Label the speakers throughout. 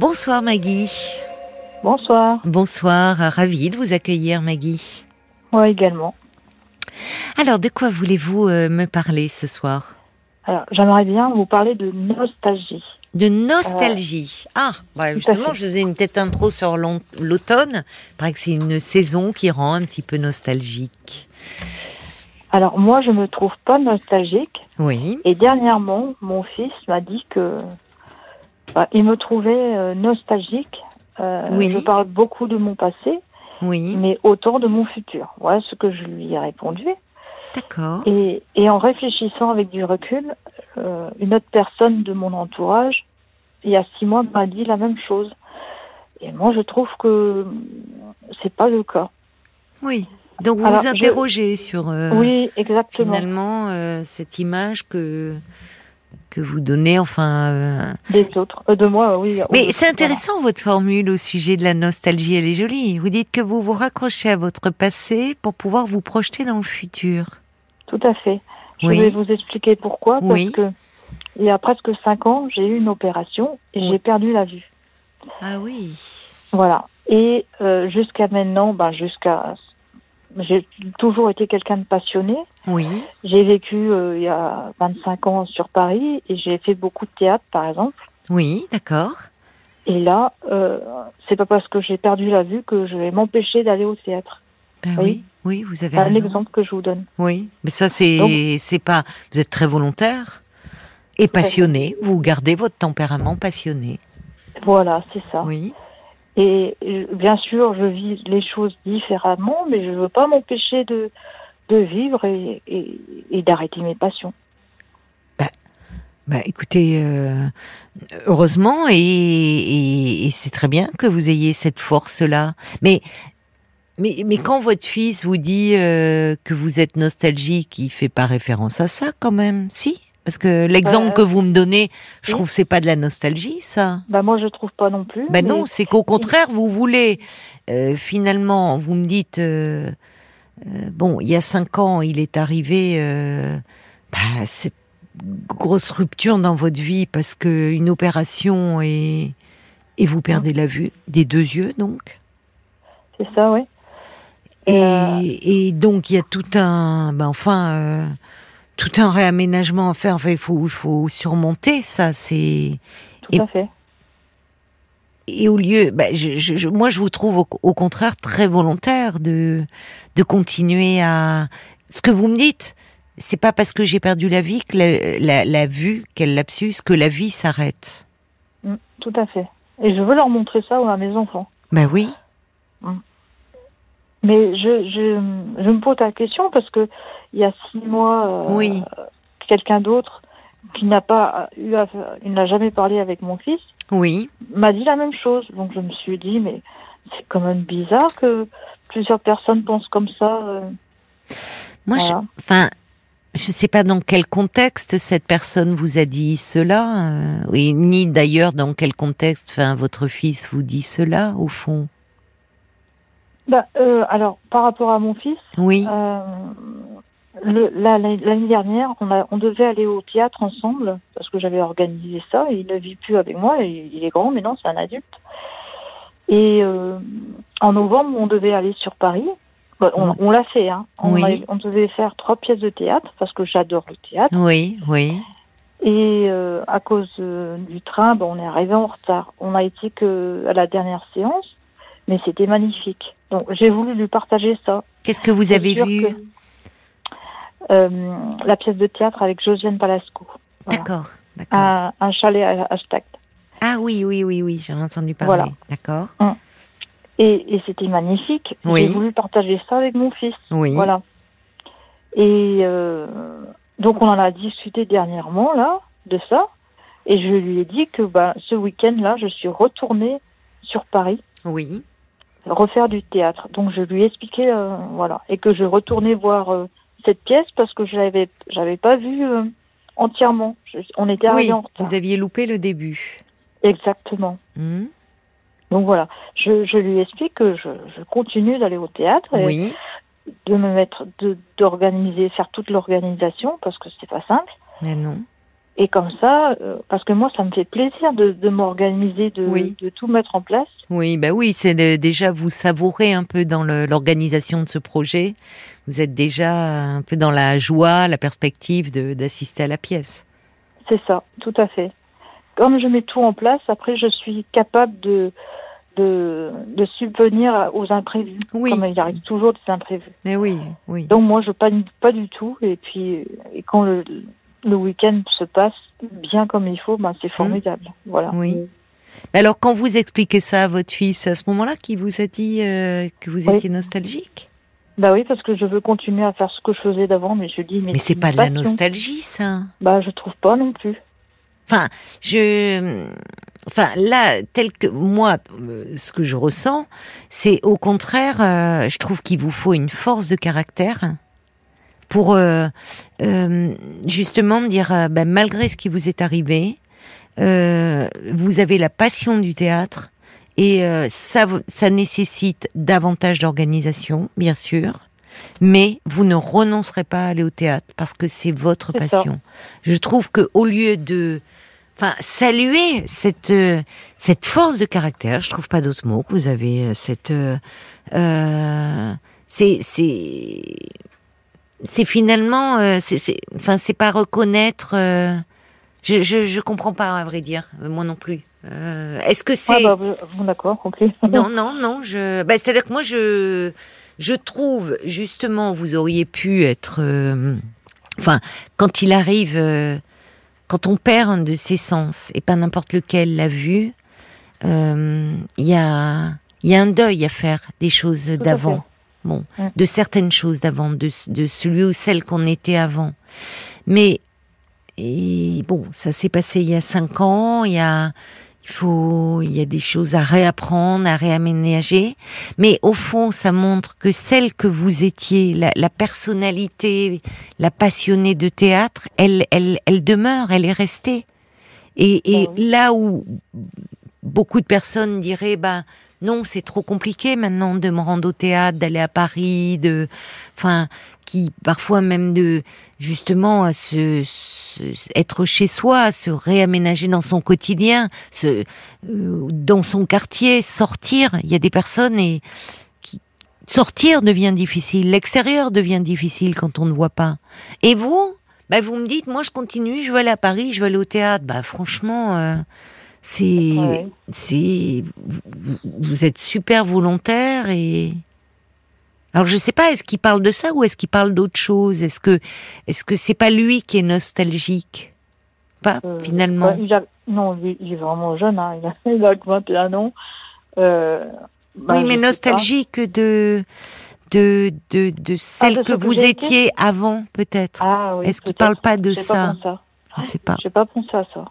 Speaker 1: Bonsoir Maggie.
Speaker 2: Bonsoir.
Speaker 1: Bonsoir, euh, ravie de vous accueillir Maggie.
Speaker 2: Moi également.
Speaker 1: Alors, de quoi voulez-vous euh, me parler ce soir
Speaker 2: Alors, j'aimerais bien vous parler de nostalgie.
Speaker 1: De nostalgie. Ah, bah,
Speaker 2: à
Speaker 1: justement,
Speaker 2: fait.
Speaker 1: je faisais une petite intro sur l'on- l'automne. Il paraît que c'est une saison qui rend un petit peu nostalgique.
Speaker 2: Alors, moi, je me trouve pas nostalgique.
Speaker 1: Oui.
Speaker 2: Et dernièrement, mon fils m'a dit que bah, il me trouvait euh, nostalgique. Euh,
Speaker 1: Oui.
Speaker 2: Je parle beaucoup de mon passé,
Speaker 1: Oui,
Speaker 2: mais autant de mon futur. Voilà ce que je lui ai répondu.
Speaker 1: d'accord.
Speaker 2: Et, et en réfléchissant avec du recul, euh, une autre personne de mon entourage, il y a six mois, m'a dit la même chose. Et moi, je trouve que c'est pas le cas.
Speaker 1: Oui. Donc, vous
Speaker 2: Alors,
Speaker 1: vous
Speaker 2: je-
Speaker 1: interrogez sur euh,
Speaker 2: oui, exactement.
Speaker 1: finalement euh, cette image que, que vous donnez, enfin, euh,
Speaker 2: Des autres. Euh, de moi, oui.
Speaker 1: Mais
Speaker 2: Oui,
Speaker 1: c'est
Speaker 2: voilà.
Speaker 1: intéressant votre formule au sujet de la nostalgie, elle est jolie. Vous dites que vous vous raccrochez à votre passé pour pouvoir vous projeter dans le futur.
Speaker 2: Tout à fait. Je
Speaker 1: Oui.
Speaker 2: vais vous expliquer pourquoi. Parce
Speaker 1: Oui.
Speaker 2: que il y a presque cinq ans, j'ai eu une opération et
Speaker 1: Oui.
Speaker 2: j'ai perdu la vue.
Speaker 1: Ah oui.
Speaker 2: Voilà. Et euh, jusqu'à maintenant, ben jusqu'à, j'ai toujours été quelqu'un de passionné.
Speaker 1: Oui,
Speaker 2: J'ai vécu euh, il y a 25 ans sur Paris et j'ai fait beaucoup de théâtre, par exemple.
Speaker 1: oui, d'accord.
Speaker 2: Et là, euh, c'est pas parce que j'ai perdu la vue que je vais m'empêcher d'aller au théâtre.
Speaker 1: Ben oui.
Speaker 2: Oui.
Speaker 1: oui, vous avez
Speaker 2: C'est un
Speaker 1: raison.
Speaker 2: exemple que je vous donne.
Speaker 1: Oui, mais ça c'est c'est pas. Vous êtes très volontaire et passionné. Vous gardez votre tempérament passionné.
Speaker 2: Voilà, c'est ça.
Speaker 1: Oui,
Speaker 2: Et euh, bien sûr, je vis les choses différemment, mais je ne veux pas m'empêcher de, de vivre et, et- et d'arrêter mes passions.
Speaker 1: Bah, écoutez, euh, heureusement, et, et- et c'est très bien que vous ayez cette force-là. Mais, mais, mais quand votre fils vous dit euh, que vous êtes nostalgique, il fait pas référence à ça quand même, si Parce que l'exemple
Speaker 2: Euh,
Speaker 1: que vous me donnez, je
Speaker 2: oui.
Speaker 1: trouve que c'est pas de la nostalgie, ça.
Speaker 2: Bah, moi, je trouve pas non plus.
Speaker 1: Ben
Speaker 2: mais
Speaker 1: non, c'est qu'au contraire, vous voulez, euh, finalement, vous me dites, euh, euh, bon, il y a cinq ans, il est arrivé euh, bah, cette grosse rupture dans votre vie parce que une opération et, et vous perdez la vue des deux yeux, donc.
Speaker 2: C'est ça, oui.
Speaker 1: Et,
Speaker 2: Euh,
Speaker 1: et donc, il y a tout un, ben, enfin, euh, tout un réaménagement à faire. Enfin, il faut, il faut surmonter ça, c'est...
Speaker 2: tout
Speaker 1: et-
Speaker 2: à fait.
Speaker 1: Et au lieu, bah, je, je- je- moi je vous trouve au, au contraire très volontaire de de continuer à ce que vous me dites. C'est pas parce que j'ai perdu la vie que la, la- la vue, quel lapsus, que la vie s'arrête.
Speaker 2: Mm, Tout à fait. Et je veux leur montrer ça à mes enfants.
Speaker 1: Ben oui,
Speaker 2: Mais je, je, je me pose la question parce que il y a six mois, euh,
Speaker 1: oui,
Speaker 2: quelqu'un d'autre qui n'a pas eu, à- il n'a jamais parlé avec mon fils,
Speaker 1: oui,
Speaker 2: m'a dit la même chose. Donc je me suis dit, mais c'est quand même bizarre que plusieurs personnes pensent comme ça. euh,
Speaker 1: moi je,
Speaker 2: voilà.
Speaker 1: Enfin, je sais pas dans quel contexte cette personne vous a dit cela, euh, et ni d'ailleurs dans quel contexte, enfin, votre fils vous dit cela au fond.
Speaker 2: Bah, euh, alors, par rapport à mon fils,
Speaker 1: Oui,
Speaker 2: euh, le- la- la- l'année dernière, on, a, on devait aller au théâtre ensemble parce que j'avais organisé ça. Et il ne vit plus avec moi, et il est grand, mais non, c'est un adulte. Et euh, en novembre, on devait aller sur Paris. Bah, on
Speaker 1: Oui.
Speaker 2: on l'a fait. Hein. On,
Speaker 1: Mm. Oui.
Speaker 2: a- on devait faire trois pièces de théâtre parce que j'adore le théâtre.
Speaker 1: oui, oui.
Speaker 2: Et euh, à cause euh, du train, ben, on est arrivé en retard. On a été que à la dernière séance, mais c'était magnifique. Donc j'ai voulu lui partager ça.
Speaker 1: Qu'est-ce que vous
Speaker 2: C'est
Speaker 1: avez
Speaker 2: sûr
Speaker 1: vu
Speaker 2: que, euh, la pièce de théâtre avec Josiane Palasco, voilà.
Speaker 1: D'accord, d'accord.
Speaker 2: un, un chalet à hashtag.
Speaker 1: Ah oui, oui, oui, oui, j'en ai entendu parler.
Speaker 2: Voilà.
Speaker 1: D'accord.
Speaker 2: Et, et c'était magnifique.
Speaker 1: Oui.
Speaker 2: J'ai voulu partager ça avec mon fils.
Speaker 1: Oui.
Speaker 2: Voilà. Et euh, donc on en a discuté dernièrement là de ça, et je lui ai dit que bah, ce week-end là, je suis retournée sur Paris
Speaker 1: Oui.
Speaker 2: refaire du théâtre. Donc je lui ai expliqué euh, voilà et que je retournais voir euh, cette pièce parce que je l'avais j'avais pas vue euh, entièrement. Je- on était arrivé
Speaker 1: Oui,
Speaker 2: en retard.
Speaker 1: vous aviez loupé le début.
Speaker 2: Exactement.
Speaker 1: Hmm,
Speaker 2: Donc voilà, je, je lui explique que je, je continue d'aller au théâtre et
Speaker 1: Oui.
Speaker 2: de me mettre de d'organiser faire toute l'organisation parce que c'est pas simple.
Speaker 1: Mais Ben non.
Speaker 2: Et comme ça, euh, parce que moi, ça me fait plaisir de, de m'organiser, de,
Speaker 1: Oui.
Speaker 2: de tout mettre en place.
Speaker 1: Oui, bah oui, c'est de- déjà vous savourez un peu dans le- l'organisation de ce projet. Vous êtes déjà un peu dans la joie, la perspective de- d'assister à la pièce.
Speaker 2: C'est ça, tout à fait. Comme je mets tout en place, après, je suis capable de, de, de subvenir aux imprévus.
Speaker 1: Oui.
Speaker 2: Comme il arrive toujours des imprévus.
Speaker 1: Mais oui, oui.
Speaker 2: Donc moi, je panique pas du tout. Et puis, et quand le, le week-end se passe bien comme il faut, ben, c'est formidable. Voilà.
Speaker 1: Mmh. Oui. Mais alors, quand vous expliquez ça à votre fils, c'est à ce moment-là qu'il vous a dit euh, que vous
Speaker 2: Oui.
Speaker 1: étiez nostalgique
Speaker 2: Bah oui, parce que je veux continuer à faire ce que je faisais d'avant, mais je dis mais,
Speaker 1: Mais c'est
Speaker 2: une
Speaker 1: pas de la
Speaker 2: passion.
Speaker 1: nostalgie, ça.
Speaker 2: Bah je trouve pas non plus.
Speaker 1: je enfin là tel que moi euh, ce que je ressens c'est au contraire euh, je trouve qu'il vous faut une force de caractère pour euh, euh, justement dire euh, ben, malgré ce qui vous est arrivé euh, vous avez la passion du théâtre et euh, ça vous- ça nécessite davantage d'organisation bien sûr mais vous ne renoncerez pas à aller au théâtre parce que c'est votre
Speaker 2: C'est ça.
Speaker 1: passion. Je trouve que au lieu de enfin saluer cette euh, cette force de caractère. Je trouve pas d'autre mot que vous avez euh, cette euh, euh, c'est c'est c'est finalement euh, c'est c'est enfin c'est pas reconnaître. euh, je, je je comprends pas à vrai dire euh, moi non plus. Euh, Est-ce que c'est
Speaker 2: Ah bah vous- bon, d'accord, compris.
Speaker 1: non, non, non. Je, bah, c'est-à-dire que moi, je, je trouve justement, vous auriez pu être. euh, Enfin, quand il arrive, euh, quand on perd un de ses sens et pas n'importe lequel, la vue, euh, il y a, il y a un deuil à faire des choses
Speaker 2: fait.
Speaker 1: d'avant. Bon,
Speaker 2: Mm.
Speaker 1: de certaines choses d'avant, de, de celui ou celle qu'on était avant. Mais et bon, ça s'est passé il y a cinq ans. Il y a, il faut, il y a des choses à réapprendre, à réaménager. Mais au fond, ça montre que celle que vous étiez, la, la personnalité, la passionnée de théâtre, elle, elle, elle demeure, elle est restée. Et, et
Speaker 2: Ah
Speaker 1: là où beaucoup de personnes diraient, ben non, c'est trop compliqué maintenant de me rendre au théâtre, d'aller à Paris, de, enfin, qui parfois même de justement à se, se- être chez soi, à se réaménager dans son quotidien, se, euh, dans son quartier, sortir. Il y a des personnes et qui sortir devient difficile, l'extérieur devient difficile quand on ne voit pas. Et vous, bah vous me dites, moi je continue, je vais aller à Paris, je vais aller au théâtre. Bah franchement, euh, c'est
Speaker 2: Ouais.
Speaker 1: c'est vous- vous, vous êtes super volontaire et alors je sais pas est-ce qu'il parle de ça ou est-ce qu'il parle d'autre chose est-ce que est-ce que c'est pas lui qui est nostalgique pas
Speaker 2: Euh,
Speaker 1: finalement
Speaker 2: ouais, il a- non, lui, il est vraiment jeune, hein. il, a, il a que 21 ans. Euh, bah,
Speaker 1: oui mais
Speaker 2: je sais
Speaker 1: nostalgique de de de, de celle
Speaker 2: Ah, de ce
Speaker 1: que
Speaker 2: que
Speaker 1: vous
Speaker 2: j'ai été
Speaker 1: étiez avant peut-être
Speaker 2: pas. Ah, oui,
Speaker 1: est-ce qu'il
Speaker 2: peut-être.
Speaker 1: parle pas de
Speaker 2: J'ai pas
Speaker 1: ça
Speaker 2: pensé à-
Speaker 1: je ne sais pas
Speaker 2: J'ai pas pensé à ça.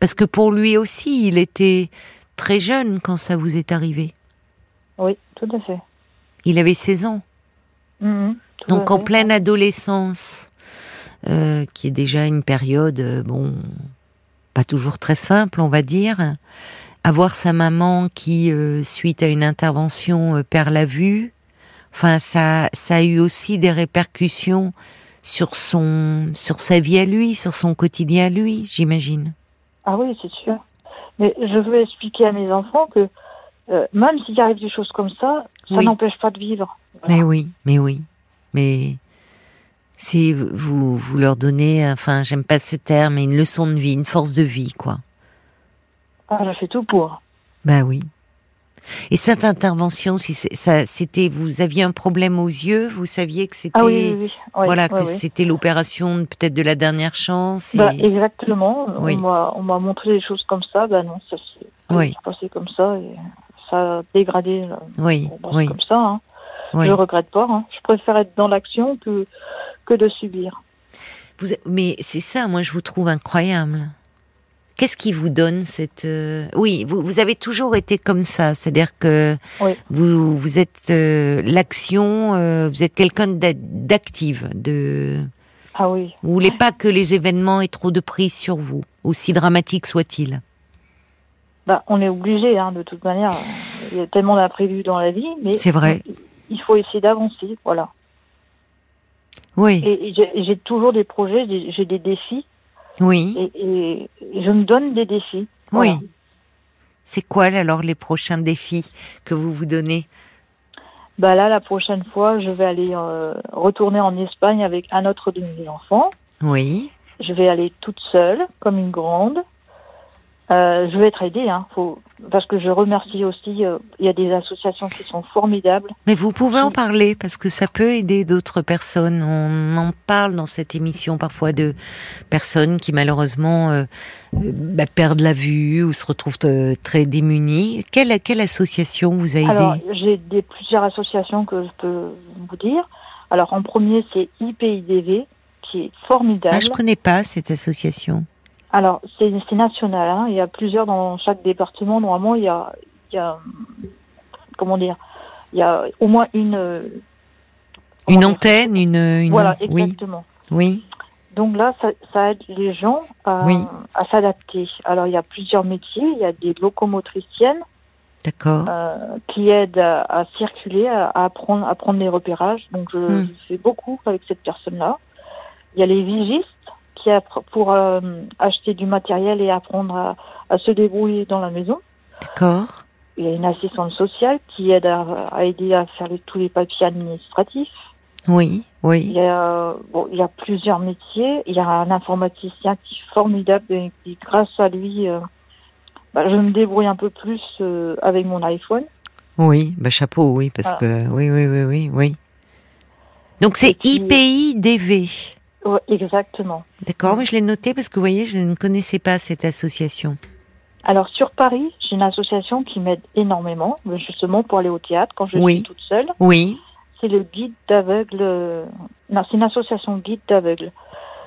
Speaker 1: parce que pour lui aussi il était très jeune quand ça vous est arrivé
Speaker 2: Oui, tout à fait.
Speaker 1: il avait 16 ans
Speaker 2: Mhm, tout
Speaker 1: Donc
Speaker 2: à
Speaker 1: en
Speaker 2: fait.
Speaker 1: pleine adolescence, euh, qui est déjà une période, euh, bon, pas toujours très simple, on va dire, avoir sa maman qui, euh, suite à une intervention, euh, perd la vue, enfin, ça, ça a eu aussi des répercussions sur son, sur sa vie à lui, sur son quotidien à lui, j'imagine.
Speaker 2: Ah oui, c'est sûr. Mais je veux expliquer à mes enfants que euh, même s'il arrive des choses comme ça, ça
Speaker 1: Oui.
Speaker 2: n'empêche pas de vivre. Voilà.
Speaker 1: Mais oui, mais oui, mais c'est vous, vous leur donnez, enfin, j'aime pas ce terme, mais une leçon de vie, une force de vie, quoi.
Speaker 2: Ah, je fais tout pour.
Speaker 1: Ben oui. Et cette intervention, si c'est- ça, c'était, vous aviez un problème aux yeux, vous saviez que c'était,
Speaker 2: Ah oui, oui, oui. Ouais,
Speaker 1: voilà,
Speaker 2: ouais,
Speaker 1: que
Speaker 2: ouais.
Speaker 1: c'était l'opération de- peut-être de la dernière chance. et-
Speaker 2: Bah, exactement. On
Speaker 1: Oui.
Speaker 2: m'a- On m'a montré des choses comme ça. Bah non, ça s'est
Speaker 1: Oui.
Speaker 2: ça s'est passé comme ça et ça a dégradé. là.
Speaker 1: oui,
Speaker 2: Bon, bah, c'est
Speaker 1: oui,
Speaker 2: comme ça. Hein.
Speaker 1: oui.
Speaker 2: Je regrette pas. hein. Je préfère être dans l'action que que de subir.
Speaker 1: Vous- mais c'est ça, moi, je vous trouve incroyable. Qu'est-ce qui vous donne cette euh, Oui, vous, vous avez toujours été comme ça, c'est-à-dire que
Speaker 2: Oui.
Speaker 1: vous vous êtes euh, l'action, euh, vous êtes quelqu'un d'a- d'active, de
Speaker 2: Ah oui.
Speaker 1: Vous voulez pas que les événements aient trop de prise sur vous, aussi dramatiques soient-ils.
Speaker 2: Bah, on est obligé, hein, de toute manière. Il y a tellement d'imprévus dans la vie, mais
Speaker 1: C'est vrai.
Speaker 2: il faut essayer d'avancer. Voilà.
Speaker 1: Oui,
Speaker 2: Et, et j'ai- j'ai toujours des projets, j'ai j'ai des défis,
Speaker 1: oui,
Speaker 2: et, et je me donne des défis.
Speaker 1: oui.
Speaker 2: Voilà.
Speaker 1: C'est quoi alors les prochains défis que vous vous donnez
Speaker 2: Bah là, la prochaine fois, je vais aller euh, retourner en Espagne avec un autre de mes enfants.
Speaker 1: Oui,
Speaker 2: Je vais aller toute seule, comme une grande. Euh, je vais être aidée, hein, faut... parce que je remercie aussi. euh, Il y a des associations qui sont formidables.
Speaker 1: mais vous pouvez en
Speaker 2: Je-
Speaker 1: parler parce que ça peut aider d'autres personnes. On en parle dans cette émission parfois de personnes qui malheureusement euh, euh, bah, perdent la vue ou se retrouvent euh, très démunies. Quelle, quelle association vous a aidé
Speaker 2: Alors, j'ai des plusieurs associations que je peux vous dire. Alors, en premier, c'est IPIDV, qui est formidable.
Speaker 1: Ah, Je connais pas cette association.
Speaker 2: Alors, c'est c'est national. hein. Il y a plusieurs dans chaque département. Normalement, il y a, il y a, hum, comment dire, il y a au moins une. euh, comment
Speaker 1: Une
Speaker 2: dire
Speaker 1: antenne, une, une
Speaker 2: Voilà,
Speaker 1: an- oui,
Speaker 2: exactement.
Speaker 1: oui,
Speaker 2: Donc là, ça, ça aide les gens à,
Speaker 1: Oui.
Speaker 2: à s'adapter. Alors, il y a plusieurs métiers. Il y a des locomotriciennes
Speaker 1: d'accord.
Speaker 2: euh, qui aident à, à circuler, à, à apprendre, à prendre les repérages. Donc, je,
Speaker 1: Hmm.
Speaker 2: je fais beaucoup avec cette personne-là. Il y a les vigistes qui appre- pour euh, acheter du matériel et apprendre à, à se débrouiller dans la maison.
Speaker 1: D'accord.
Speaker 2: Il y a une assistante sociale qui aide à, à aider à faire les- tous les papiers administratifs.
Speaker 1: Oui,
Speaker 2: Il
Speaker 1: oui.
Speaker 2: y, a, bon, il y a plusieurs métiers. Il y a un informaticien qui est formidable et qui, grâce à lui, euh, bah, je me débrouille un peu plus euh, avec mon iPhone.
Speaker 1: Oui, bah chapeau, oui,
Speaker 2: Ah.
Speaker 1: parce que oui, oui, oui, oui, oui. Donc c'est
Speaker 2: puis-
Speaker 1: IPIDV.
Speaker 2: Ouais, exactement.
Speaker 1: D'accord, mais je l'ai noté parce que vous voyez, je ne connaissais pas cette association.
Speaker 2: Alors sur Paris, j'ai une association qui m'aide énormément, mais justement pour aller au théâtre quand je
Speaker 1: Oui.
Speaker 2: suis toute seule.
Speaker 1: Oui,
Speaker 2: C'est le guide d'aveugle. euh, Non, c'est une association guide d'aveugle.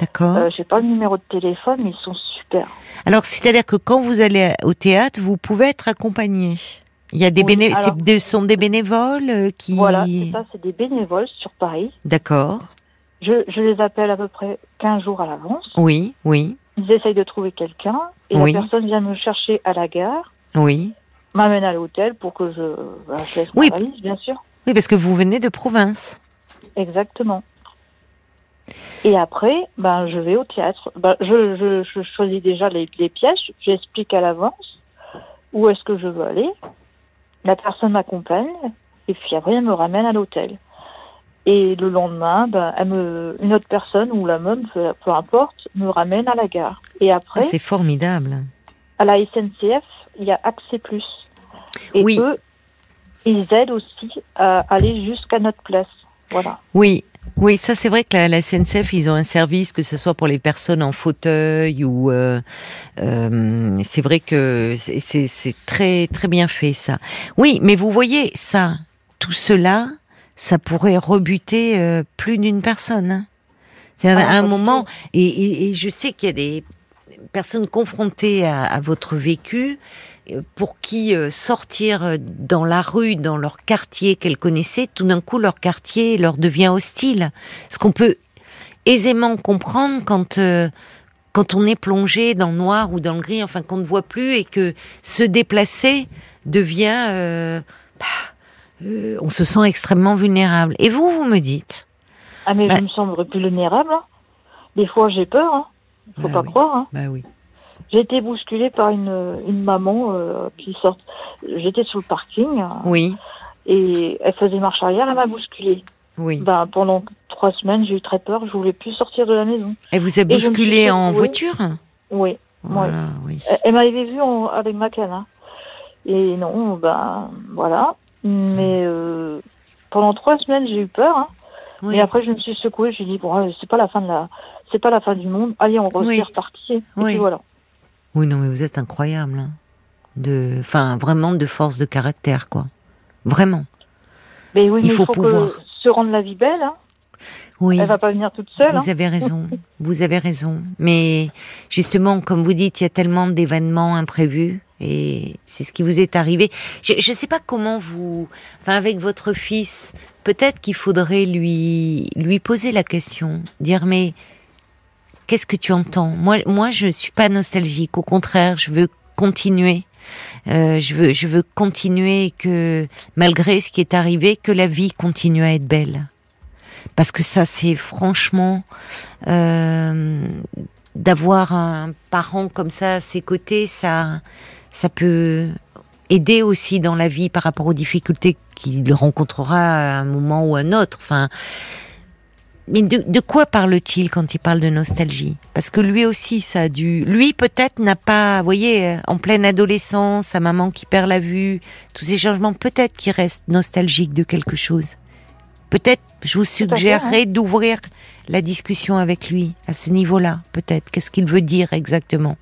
Speaker 1: d'accord.
Speaker 2: Euh, j'ai pas le numéro de téléphone, mais ils sont super.
Speaker 1: Alors c'est-à-dire que quand vous allez au théâtre, vous pouvez être accompagné. Il y a des
Speaker 2: Oui,
Speaker 1: béné-
Speaker 2: alors-
Speaker 1: c'est des- sont des bénévoles euh, qui.
Speaker 2: Voilà, c'est ça, c'est des bénévoles sur Paris.
Speaker 1: D'accord.
Speaker 2: Je, je les appelle à peu près 15 jours à l'avance.
Speaker 1: Oui, oui,
Speaker 2: Ils essayent de trouver quelqu'un et
Speaker 1: Oui.
Speaker 2: la personne vient me chercher à la gare,
Speaker 1: oui.
Speaker 2: m'amène à l'hôtel pour que je, bah, je laisse
Speaker 1: Oui.
Speaker 2: ma valise, bien sûr.
Speaker 1: Oui, parce que vous venez de province.
Speaker 2: Exactement. Et après, ben, je vais au théâtre. Ben, je, je, je choisis déjà les, les pièces, j'explique à l'avance où est-ce que je veux aller. La personne m'accompagne et puis après, elle me ramène à l'hôtel. Et le lendemain, ben, elle me, une autre personne ou la même, peu, peu importe, me ramène à la gare. Et
Speaker 1: Ah,
Speaker 2: après,
Speaker 1: c'est formidable.
Speaker 2: à la SNCF, il y a Accès Plus. Et
Speaker 1: Oui.
Speaker 2: eux, ils aident aussi à aller jusqu'à notre place. Voilà.
Speaker 1: Oui, oui, ça c'est vrai que la, la SNCF, ils ont un service, que ce soit pour les personnes en fauteuil ou... euh, euh, c'est vrai que c'est- c'est c'est très très bien fait ça. Oui, mais vous voyez, ça, tout cela, ça pourrait rebuter euh, plus d'une personne. hein. C'est-à-dire,
Speaker 2: Ah,
Speaker 1: à un
Speaker 2: pas du
Speaker 1: moment, et, et- et je sais qu'il y a des personnes confrontées à, à votre vécu, euh, pour qui euh, sortir euh, dans la rue, dans leur quartier qu'elles connaissaient, tout d'un coup leur quartier leur devient hostile. Ce qu'on peut aisément comprendre quand euh, quand on est plongé dans le noir ou dans le gris, enfin qu'on ne voit plus et que se déplacer devient, euh, bah, euh, on se sent extrêmement vulnérable. Et vous, vous me dites,
Speaker 2: Ah mais
Speaker 1: Bah-
Speaker 2: je me sens plus vulnérable. hein. Des fois j'ai peur, hein. faut
Speaker 1: Bah
Speaker 2: pas
Speaker 1: oui.
Speaker 2: croire. Hein.
Speaker 1: bah oui,
Speaker 2: J'ai été bousculée par une, une maman euh, qui sort. J'étais sur le parking hein,
Speaker 1: oui,
Speaker 2: et elle faisait marche arrière, elle m'a bousculée.
Speaker 1: oui.
Speaker 2: Ben pendant trois semaines j'ai eu très peur, je voulais plus sortir de la maison.
Speaker 1: Elle vous a
Speaker 2: je me suis
Speaker 1: bousculé en
Speaker 2: secouée.
Speaker 1: voiture.
Speaker 2: Oui,
Speaker 1: Voilà, oui.
Speaker 2: elle, elle m'avait vue en- avec ma canne. hein. Et non, ben voilà. Mais euh, pendant trois semaines j'ai eu peur. Hein.
Speaker 1: Oui.
Speaker 2: Et après, je me suis secouée, j'ai dit, bon, allez, c'est pas la fin de la, c'est pas la fin du monde, allez, on
Speaker 1: Oui.
Speaker 2: refait repartir. Et
Speaker 1: Oui.
Speaker 2: puis voilà.
Speaker 1: Oui, non, mais vous êtes incroyable. hein. De, enfin, vraiment de force de caractère, quoi. Vraiment.
Speaker 2: Mais oui,
Speaker 1: Il
Speaker 2: mais
Speaker 1: faut pouvoir.
Speaker 2: que se rendre la vie belle, hein.
Speaker 1: Oui.
Speaker 2: Elle va pas venir toute seule, hein.
Speaker 1: Vous avez raison, vous avez raison. Mais justement, comme vous dites, il y a tellement d'événements imprévus et c'est ce qui vous est arrivé. Je ne sais pas comment vous, enfin avec votre fils, peut-être qu'il faudrait lui lui poser la question, dire mais qu'est-ce que tu entends Moi, moi, je suis pas nostalgique. Au contraire, je veux continuer. Euh, je veux, je veux continuer que malgré ce qui est arrivé, que la vie continue à être belle. parce que ça c'est franchement euh, d'avoir un parent comme ça à ses côtés, ça ça peut aider aussi dans la vie par rapport aux difficultés qu'il rencontrera à un moment ou à un autre. Enfin, mais de, de quoi parle-t-il quand il parle de nostalgie Parce que lui aussi, ça a dû. Lui peut-être n'a pas, vous voyez, en pleine adolescence, sa maman qui perd la vue, tous ces changements, peut-être qu'il reste nostalgique de quelque chose. Peut-être, je vous suggérerais hein. d'ouvrir la discussion avec lui à ce niveau-là, peut-être. Qu'est-ce qu'il veut dire exactement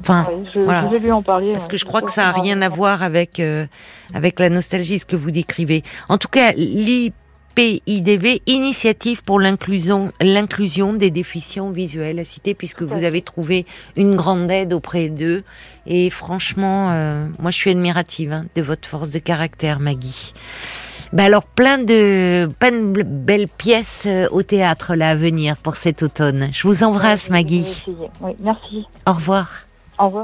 Speaker 2: Enfin, oui, je, voilà. je vais lui en parler. hein.
Speaker 1: Parce que je crois que ça n'a rien à voir avec, euh, avec la nostalgie, ce que vous décrivez. En tout cas, l'IPIDV, Initiative pour l'inclusion, l'inclusion des déficients visuels à cité, puisque oui. vous avez trouvé une grande aide auprès d'eux. Et franchement, euh, moi, je suis admirative hein, de votre force de caractère, Maggie. Bah alors, plein de, plein de belles pièces euh, au théâtre là à venir pour cet automne. Je vous embrasse, Maggie.
Speaker 2: Oui, merci.
Speaker 1: Au revoir.
Speaker 2: Au revoir.